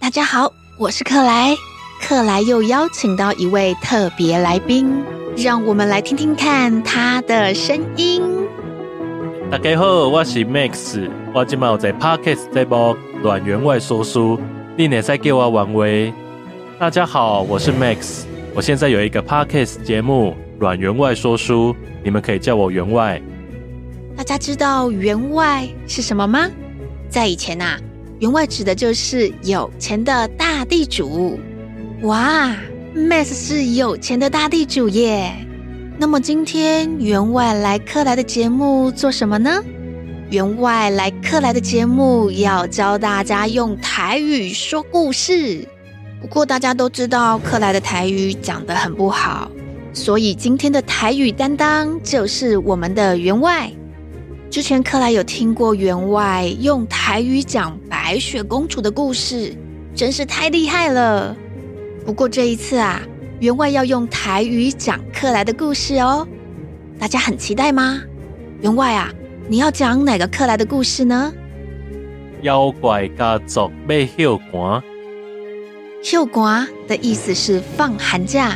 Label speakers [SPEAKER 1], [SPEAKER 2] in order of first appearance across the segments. [SPEAKER 1] 大家好，我是克莱。克莱又邀请到一位特别来宾，让我们来听听看他的声音。
[SPEAKER 2] 大家好，我是 Max，我今有在 Parkes 这波卵员外说书，你也在给我玩威。大家好，我是 Max，我现在有一个 Parkes 节目《卵员外说书》，你们可以叫我员外。
[SPEAKER 1] 大家知道员外是什么吗？在以前呐、啊，员外指的就是有钱的大地主。哇，Max 是有钱的大地主耶。那么今天员外来克莱的节目做什么呢？员外来克莱的节目要教大家用台语说故事。不过大家都知道克莱的台语讲得很不好，所以今天的台语担当就是我们的员外。之前克莱有听过员外用台语讲白雪公主的故事，真是太厉害了。不过这一次啊，员外要用台语讲克莱的故事哦，大家很期待吗？员外啊，你要讲哪个克莱的故事呢？
[SPEAKER 2] 妖怪家族被休寒，
[SPEAKER 1] 休瓜的意思是放寒假，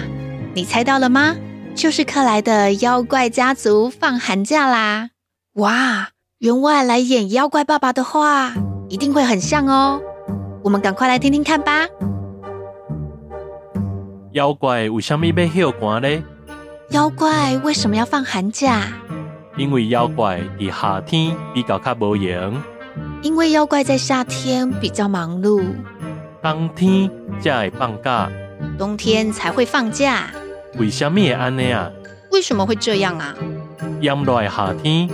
[SPEAKER 1] 你猜到了吗？就是克莱的妖怪家族放寒假啦！哇，员外来演妖怪爸爸的话，一定会很像哦。我们赶快来听听看吧。
[SPEAKER 2] 妖怪为什么被休寒呢？
[SPEAKER 1] 妖怪为什么要放寒假？
[SPEAKER 2] 因为妖怪伫夏天比较较无闲，
[SPEAKER 1] 因为妖怪在夏天比较忙碌，
[SPEAKER 2] 冬天才会放假。
[SPEAKER 1] 冬天才会放假。
[SPEAKER 2] 为什么会安尼啊？
[SPEAKER 1] 为什么会这样啊？
[SPEAKER 2] 炎热的夏天，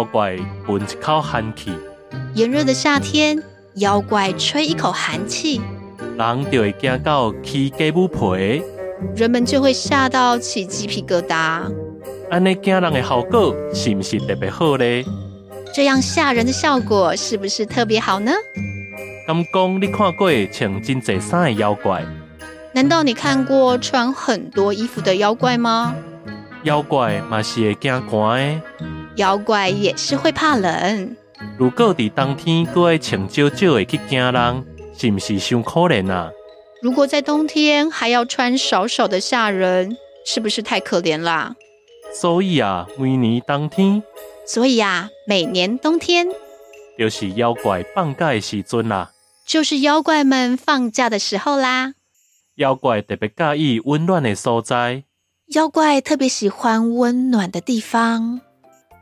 [SPEAKER 2] 妖怪闷一口寒气，
[SPEAKER 1] 炎热的夏天，妖怪吹一口寒气，
[SPEAKER 2] 人就会惊到起鸡母皮，
[SPEAKER 1] 人们就会吓到起鸡皮疙瘩。
[SPEAKER 2] 安尼惊人的效果是毋是特别好呢？
[SPEAKER 1] 这样吓人的效果是不是特别好呢？
[SPEAKER 2] 敢讲你看过穿真济衫的妖怪，
[SPEAKER 1] 难道你看过穿很多衣服的妖怪吗？
[SPEAKER 2] 妖怪嘛是会惊寒的。
[SPEAKER 1] 妖怪也是会怕冷。
[SPEAKER 2] 如果伫冬天搁爱穿少少的去惊人，是毋是伤可怜啊？
[SPEAKER 1] 如果在冬天还要穿少少的吓人，是不是太可怜啦？
[SPEAKER 2] 所以啊，每年冬天
[SPEAKER 1] 所以啊，每年冬天
[SPEAKER 2] 就是妖怪放假的时阵啦、
[SPEAKER 1] 就是妖怪们放假的时候啦。
[SPEAKER 2] 妖怪特别介意温暖的所在，
[SPEAKER 1] 妖怪特别喜欢温暖的地方，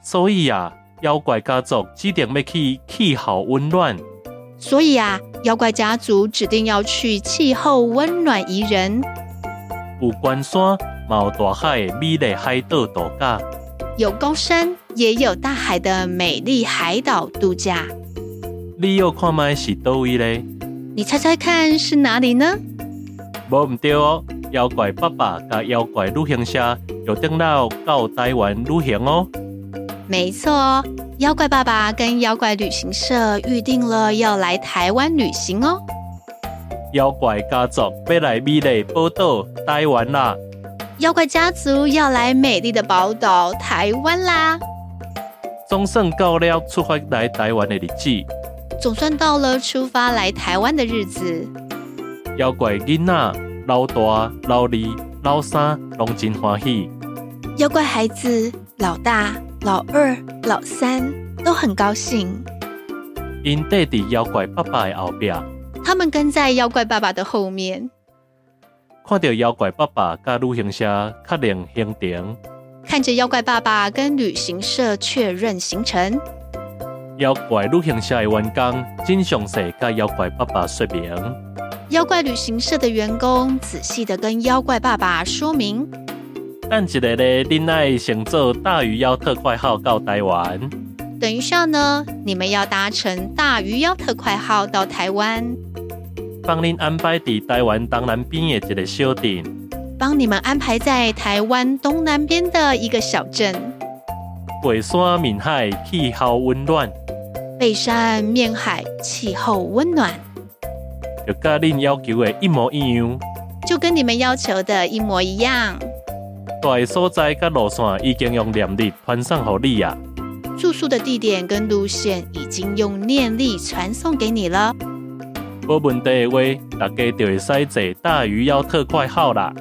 [SPEAKER 2] 所以啊，妖怪家族指定要去气候温暖、
[SPEAKER 1] 所以啊，妖怪家族指定要去气候温暖宜人、
[SPEAKER 2] 有关山、嘛有大海的美丽海岛度假。
[SPEAKER 1] 有高山也有大海的美丽海岛度假。
[SPEAKER 2] 你要看卖是倒位咧？
[SPEAKER 1] 你猜猜看是哪里呢？
[SPEAKER 2] 无毋对哦，妖怪爸爸甲妖怪旅行社有登到到台湾旅行哦。
[SPEAKER 1] 没错哦，妖怪爸爸跟妖怪旅行社预定了要来台湾旅行哦。
[SPEAKER 2] 妖怪家族要来美丽宝岛台湾啦。
[SPEAKER 1] 妖怪家族要来美丽的宝岛台湾啦！
[SPEAKER 2] 总算到了出发来台湾的日子，
[SPEAKER 1] 总算到了出发来台湾的日子，
[SPEAKER 2] 妖怪囡仔、老大、老二、老三拢真欢喜。
[SPEAKER 1] 妖怪孩子老大、老二、老三都很高兴，
[SPEAKER 2] 因跟伫妖怪爸爸的后壁，
[SPEAKER 1] 他们跟在妖怪爸爸的后面，
[SPEAKER 2] 看到妖怪爸爸甲旅行社确认行程，
[SPEAKER 1] 看着妖怪爸爸跟旅行社确认行程。
[SPEAKER 2] 妖怪旅行社的员工真详细甲妖怪爸爸说明，
[SPEAKER 1] 妖怪旅行社的员工仔细的跟妖怪爸爸说明，
[SPEAKER 2] 等一日咧，恁爱乘坐大鱼妖特快号到台湾，
[SPEAKER 1] 等一下呢，你们要搭乘大鱼妖特快号到台湾。
[SPEAKER 2] 帮恁安排伫台湾东南边的一个小镇。
[SPEAKER 1] 帮你们安排在台湾东南边的一个小镇。
[SPEAKER 2] 北山闽海气候温暖，
[SPEAKER 1] 背山面海，气候温暖，
[SPEAKER 2] 就甲恁要求的一模一样。
[SPEAKER 1] 就跟你们要求的一模一样。
[SPEAKER 2] 住的所在甲路线已经用念力传送互你啊。
[SPEAKER 1] 住宿的地点跟路线已经用念力传送给你了。
[SPEAKER 2] 无问题的话，大家就会使坐大鱼腰特快号啦。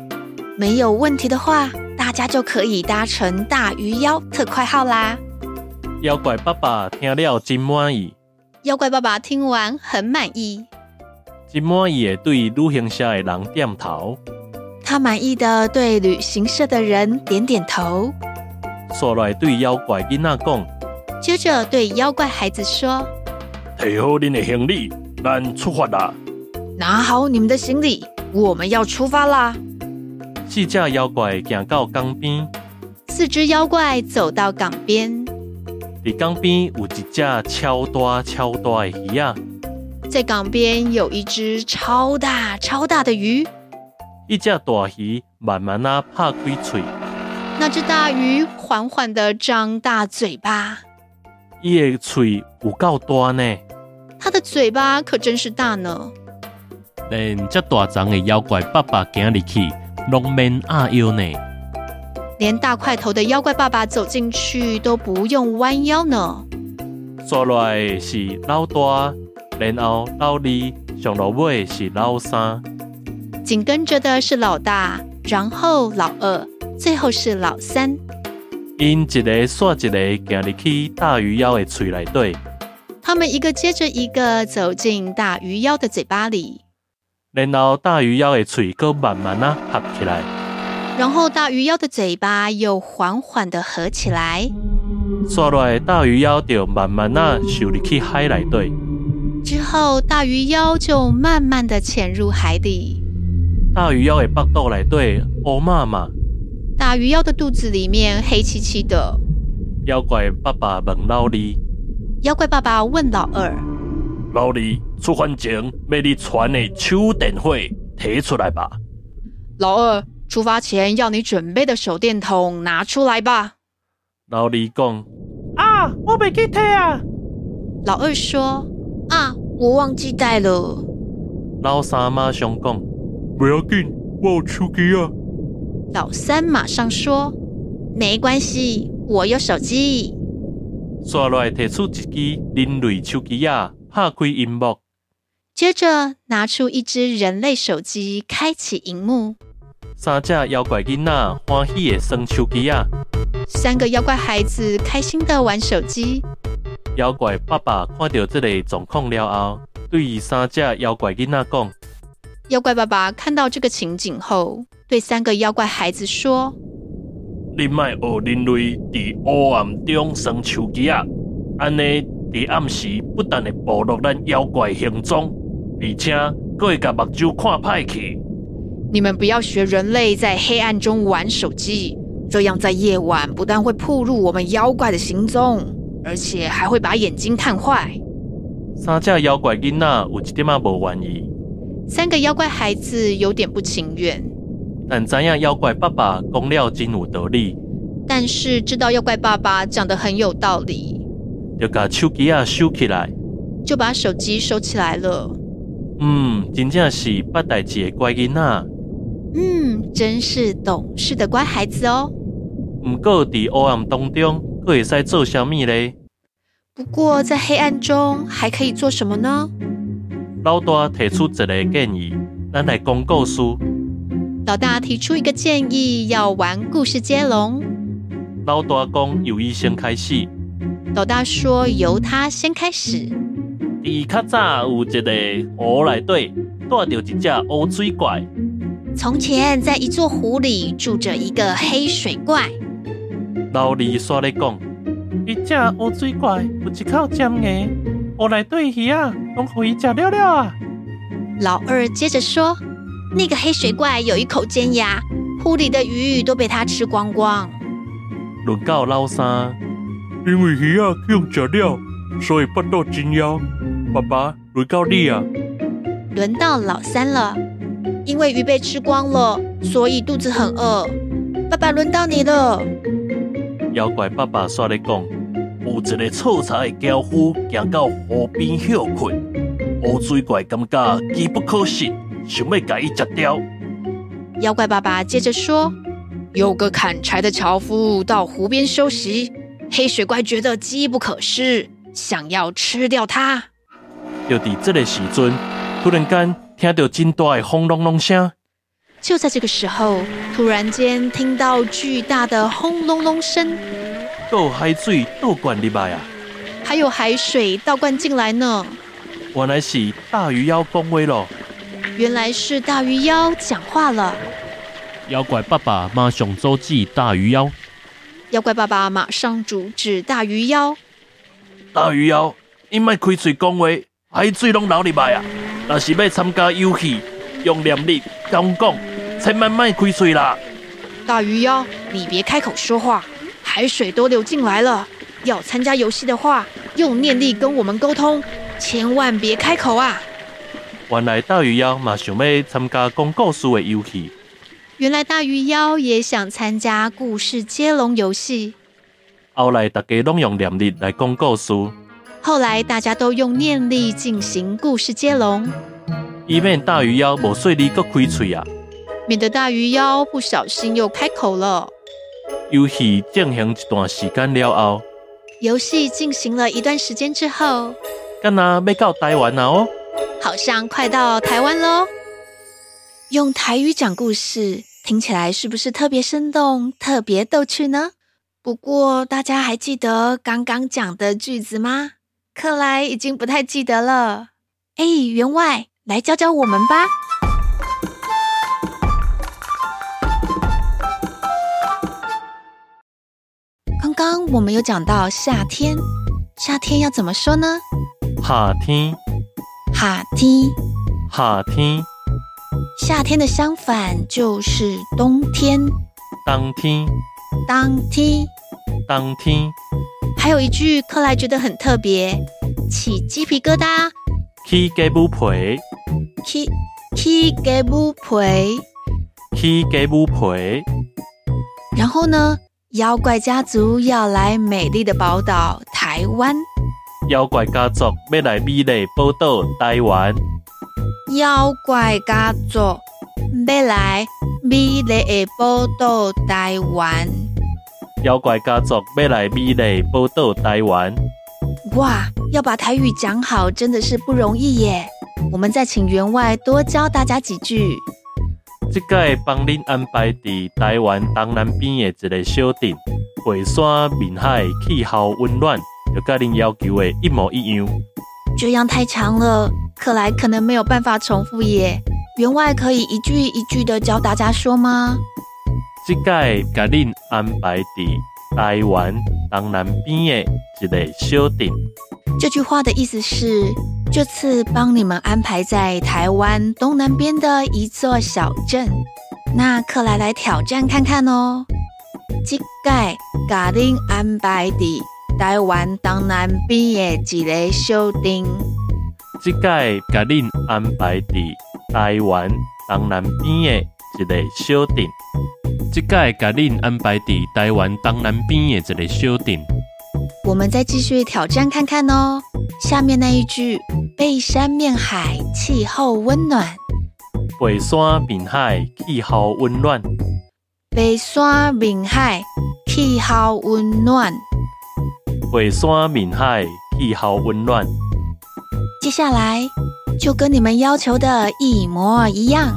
[SPEAKER 1] 没有问题的话，大家就可以搭乘大鱼妖特快号啦。
[SPEAKER 2] 妖怪爸爸听了真满意，
[SPEAKER 1] 妖怪爸爸听完很满意，
[SPEAKER 2] 真满意的对旅行社的人点头。
[SPEAKER 1] 他满意的对旅行社的人点点头，
[SPEAKER 2] 煞来对妖怪囡仔讲：
[SPEAKER 1] 接着对妖怪孩子说
[SPEAKER 2] 提好恁的行李，咱出发啦！：“
[SPEAKER 1] 拿好你们的行李，我们要出发啦
[SPEAKER 2] 四只妖怪行到江边，！”
[SPEAKER 1] 四只妖怪走到港边，
[SPEAKER 2] 伫江边有一只超大超大的鱼啊！
[SPEAKER 1] 在港边有一只超大超大的鱼，
[SPEAKER 2] 一只大鱼慢慢啊拍开嘴，
[SPEAKER 1] 那只大鱼缓缓地张大嘴巴，
[SPEAKER 2] 伊的嘴有够大呢。
[SPEAKER 1] 它的嘴巴可真是大呢。
[SPEAKER 2] 连遮大丛的妖怪爸爸行入去，拢免压腰呢。
[SPEAKER 1] 连大块头的妖怪爸爸走进去都不用弯腰呢。
[SPEAKER 2] 刷落来是老大，然后老二，上落尾是老三。
[SPEAKER 1] 紧跟着的是老大，然后老二，最后是老三。
[SPEAKER 2] 因一个煞一个行入去大鱼妖的喙内底，
[SPEAKER 1] 他们一个接着一个走进大鱼妖的嘴巴里，
[SPEAKER 2] 然后大鱼妖的喙佫慢慢啊合起来，
[SPEAKER 1] 然后大鱼妖的嘴巴又缓缓地合起来。
[SPEAKER 2] 刷落来大鱼妖就慢慢啊游入去海内底。
[SPEAKER 1] 之后，大鱼妖就慢慢地潜入海底。
[SPEAKER 2] 大鱼妖的腹肚内底乌嘛嘛，
[SPEAKER 1] 大鱼妖的肚子里面黑漆漆的。
[SPEAKER 2] 妖怪爸爸问老二。
[SPEAKER 1] 妖怪爸爸问老二
[SPEAKER 2] 老李，出番前要你传的手电火提出来吧。：“
[SPEAKER 1] 老二，出发前要你准备的手电筒拿出来吧。”
[SPEAKER 2] 老李讲，
[SPEAKER 3] 啊，我袂记摕啊！
[SPEAKER 1] 老二说：“啊，我忘记带了。
[SPEAKER 2] 老三马上讲，不要紧，我有手机啊。”
[SPEAKER 1] 老三马上说：“没关系，我有手机。
[SPEAKER 2] 刷来提出一支人类手机啊，拍开荧幕，”
[SPEAKER 1] 接着拿出一只人类手机，开启荧幕。
[SPEAKER 2] 三只妖怪囡仔欢喜的耍手机啊。
[SPEAKER 1] 三个妖怪孩子开心的玩手机。
[SPEAKER 2] 妖怪爸爸看到这个状况了后，对三只妖怪囡仔讲，
[SPEAKER 1] 妖怪爸爸看到这个情景后，对三个妖怪孩子说
[SPEAKER 2] 你莫学人类伫黑暗中耍手机啊！安尼伫暗时不但会暴露咱妖怪行踪，而且佫会甲目睭看歹去。：“
[SPEAKER 1] 你们不要学人类在黑暗中玩手机，这样在夜晚不但会暴露我们妖怪的行踪，而且还会把眼睛看坏。”
[SPEAKER 2] 三只妖怪囡仔有一点仔无愿意，
[SPEAKER 1] 三个妖怪孩子有点不情愿，
[SPEAKER 2] 但知影妖怪爸爸讲了真有道理，
[SPEAKER 1] 但是知道妖怪爸爸讲的很有道理，
[SPEAKER 2] 就甲手机啊收起来。
[SPEAKER 1] 就把手机收起来了。
[SPEAKER 2] 嗯，真正是捌代志的乖囡仔。
[SPEAKER 1] 嗯，真是懂事的乖孩子哦。
[SPEAKER 2] 毋过伫黑暗当中，佫会使做啥物呢？
[SPEAKER 1] 不过在黑暗中还可以做什么呢？
[SPEAKER 2] 老大提出一个建议，咱来讲故事。
[SPEAKER 1] 老大提出一个建议，要玩故事接龙。
[SPEAKER 2] 老大讲由医生开始。
[SPEAKER 1] 老大说由他先开始。
[SPEAKER 2] 伫较早有一个湖内底，带着一只乌水怪，
[SPEAKER 1] 从前在一座湖里住着一个黑水怪，
[SPEAKER 2] 老二煞咧讲，
[SPEAKER 3] 一只乌水怪有一口尖牙，湖内底鱼啊，拢互伊食了了啊！
[SPEAKER 1] 老二接着说：“那个黑水怪有一口尖牙，湖里的鱼都被它吃光光。
[SPEAKER 2] 轮到老三，
[SPEAKER 4] 因为鱼啊用食了，所以腹肚真枵。爸爸，轮到你啊！
[SPEAKER 1] 轮到老三了，因为鱼被吃光了，所以肚子很饿。爸爸，轮到你了。
[SPEAKER 2] 妖怪爸爸煞咧讲，有一个臭柴的樵夫行到河边休困，乌水怪感觉机不可失，想要甲伊食掉。
[SPEAKER 1] 妖怪爸爸接着说：“有个砍柴的樵夫到湖边休息，黑水怪觉得机不可失，想要吃掉它。
[SPEAKER 2] 就伫这个时阵，突然间听到真大的轰隆隆声，
[SPEAKER 1] 就在这个时候，突然间听到巨大的轰隆隆声，
[SPEAKER 2] 倒海水倒灌入来啊！
[SPEAKER 1] 还有海水倒灌进来呢。
[SPEAKER 2] 原来是大鱼妖讲话咯。
[SPEAKER 1] 原来是大鱼妖讲话了。
[SPEAKER 2] 妖怪爸爸马上周记大鱼妖，
[SPEAKER 1] 妖怪爸爸马上阻止大鱼妖。
[SPEAKER 2] 大鱼妖，你莫开嘴讲话，海水拢流入来啊！若是要参加游戏，用念力讲讲，千万莫开嘴啦！
[SPEAKER 1] 大鱼妖，你别开口说话，海水都流进来了。要参加游戏的话，用念力跟我们沟通，千万别开口啊！
[SPEAKER 2] 原来大鱼妖嘛想要参加讲故事的游戏，
[SPEAKER 1] 原来大鱼妖也想参加故事接龙游戏。
[SPEAKER 2] 后来大家拢用念力来讲故事，
[SPEAKER 1] 后来大家都用念力进行故事接龙。
[SPEAKER 2] 以免大鱼妖无细力搁开嘴啊！
[SPEAKER 1] 免得大鱼妖不小心又开口了。
[SPEAKER 2] 游戏进行一段时间了后，
[SPEAKER 1] 游戏进行了一段时间之后，
[SPEAKER 2] 敢若要到台湾啊哦，
[SPEAKER 1] 好像快到台湾喽。用台语讲故事，听起来是不是特别生动、特别逗趣呢？不过大家还记得刚刚讲的句子吗？克莱已经不太记得了。哎，员外，来教教我们吧。刚刚我们有讲到夏天，夏天要怎么说呢？
[SPEAKER 2] 夏天，
[SPEAKER 1] 哈天。
[SPEAKER 2] 夏天，
[SPEAKER 1] 夏天的相反就是冬天，
[SPEAKER 2] 冬天，
[SPEAKER 1] 当天。
[SPEAKER 2] 冬天，
[SPEAKER 1] 还有一句克莱觉得很特别，起鸡皮疙瘩，
[SPEAKER 2] 起鸡母皮，
[SPEAKER 1] 起起给不赔。
[SPEAKER 2] 起鸡母皮，
[SPEAKER 1] 然后呢，妖怪家族要来美丽的宝岛台湾，
[SPEAKER 2] 妖怪家族要来美丽报道台湾，
[SPEAKER 1] 妖怪家族要来美丽的宝岛台湾。
[SPEAKER 2] 妖怪家族要来美丽报道台湾。
[SPEAKER 1] 哇，要把台语讲好真的是不容易耶！我们再请员外多教大家几句。
[SPEAKER 2] 即届帮恁安排伫台湾东南边的一个小镇，背山面海，气候温暖，就甲恁要求的一模一样。
[SPEAKER 1] 这样太长了，克莱可能没有办法重复耶。员外可以一句一句的教大家说吗？
[SPEAKER 2] 即届甲恁安排伫台湾东南边的一个小镇，
[SPEAKER 1] 这句话的意思是，这次帮你们安排在台湾东南边的一座小镇。那克莱来挑战看看哦。即盖甲恁安排伫台湾东南边的一个小镇，
[SPEAKER 2] 即届甲恁安排伫台湾东南边的一个小镇。即届甲恁安排伫台湾东南边的一个小镇。
[SPEAKER 1] 我们再继续挑战看看哦。下面那一句，背山面海，气候温暖。
[SPEAKER 2] 背山面海，气候温暖；
[SPEAKER 1] 北山面海，气候温暖。
[SPEAKER 2] 背山面海，气候温暖。
[SPEAKER 1] 接下来就跟你们要求的一模一样，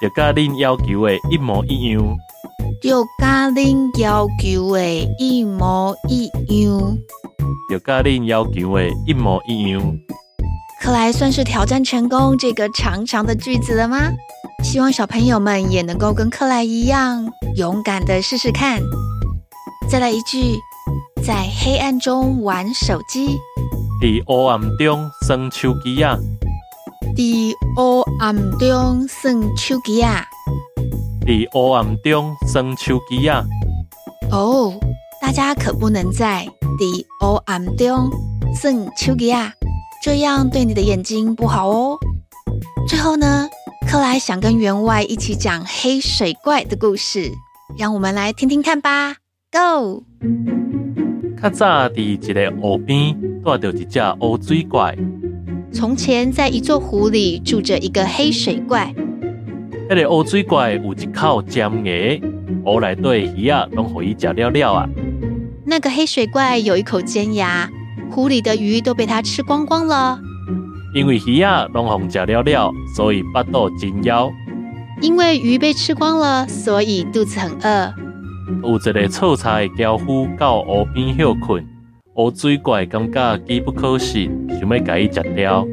[SPEAKER 2] 就甲恁要求的一模一样。
[SPEAKER 1] 就甲恁要求的一模一样。
[SPEAKER 2] 就甲恁要求的一模一样。
[SPEAKER 1] 克莱算是挑战成功这个长长的句子了吗？希望小朋友们也能够跟克莱一样，勇敢的试试看。再来一句，在黑暗中玩手机，
[SPEAKER 2] 伫黑暗中耍手机啊，
[SPEAKER 1] 伫黑暗中耍手机啊。
[SPEAKER 2] 伫黑暗中耍手机啊，
[SPEAKER 1] 哦，大家可不能在伫黑暗中耍手机啊，这样对你的眼睛不好哦。最后呢，克莱想跟员外一起讲黑水怪的故事，让我们来听听看吧。Go！
[SPEAKER 2] 较早伫一个湖边，带着一只乌水怪。
[SPEAKER 1] 从前在一座湖里住着一个黑水怪，
[SPEAKER 2] 迄、个乌水怪有一口尖牙，湖内底的鱼啊拢互伊食了了啊！
[SPEAKER 1] 那个黑水怪有一口尖牙，湖里的鱼都被它吃光光了。
[SPEAKER 2] 因为鱼啊拢互食了了，所以腹肚真枵。
[SPEAKER 1] 因为鱼被吃光了，所以肚子很饿。
[SPEAKER 2] 有一个臭差的樵夫到湖边休困，乌水怪感觉机不可失，想要甲伊食掉。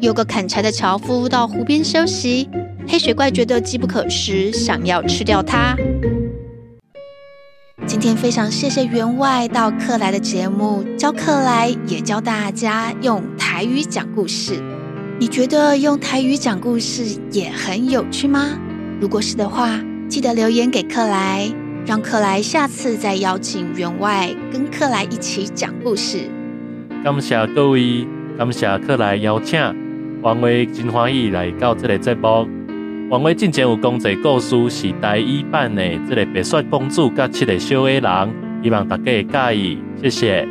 [SPEAKER 1] 有个砍柴的樵夫到湖边休息，黑水怪觉得机不可失，想要吃掉它。今天非常谢谢员外到克莱的节目，教克莱也教大家用台语讲故事。你觉得用台语讲故事也很有趣吗？如果是的话，记得留言给克莱，让克莱下次再邀请员外跟克莱一起讲故事。
[SPEAKER 2] 感谢各位，感谢克来邀请，王威真欢喜来到这个节目。王威进前有讲一个故事，是台语版的这个白雪公主甲七个小矮人，希望大家会介意，谢谢。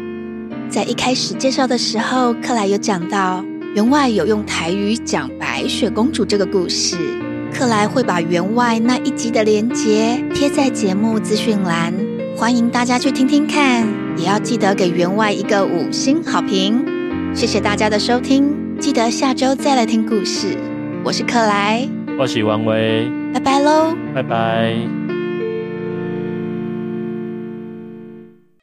[SPEAKER 1] 在一开始介绍的时候，克莱有讲到员外有用台语讲白雪公主这个故事。克莱会把员外那一集的连结贴在节目资讯栏，欢迎大家去听听看，也要记得给员外一个五星好评。谢谢大家的收听，记得下周再来听故事。我是克莱，
[SPEAKER 2] 我是王威，
[SPEAKER 1] 拜拜喽。
[SPEAKER 2] 拜拜。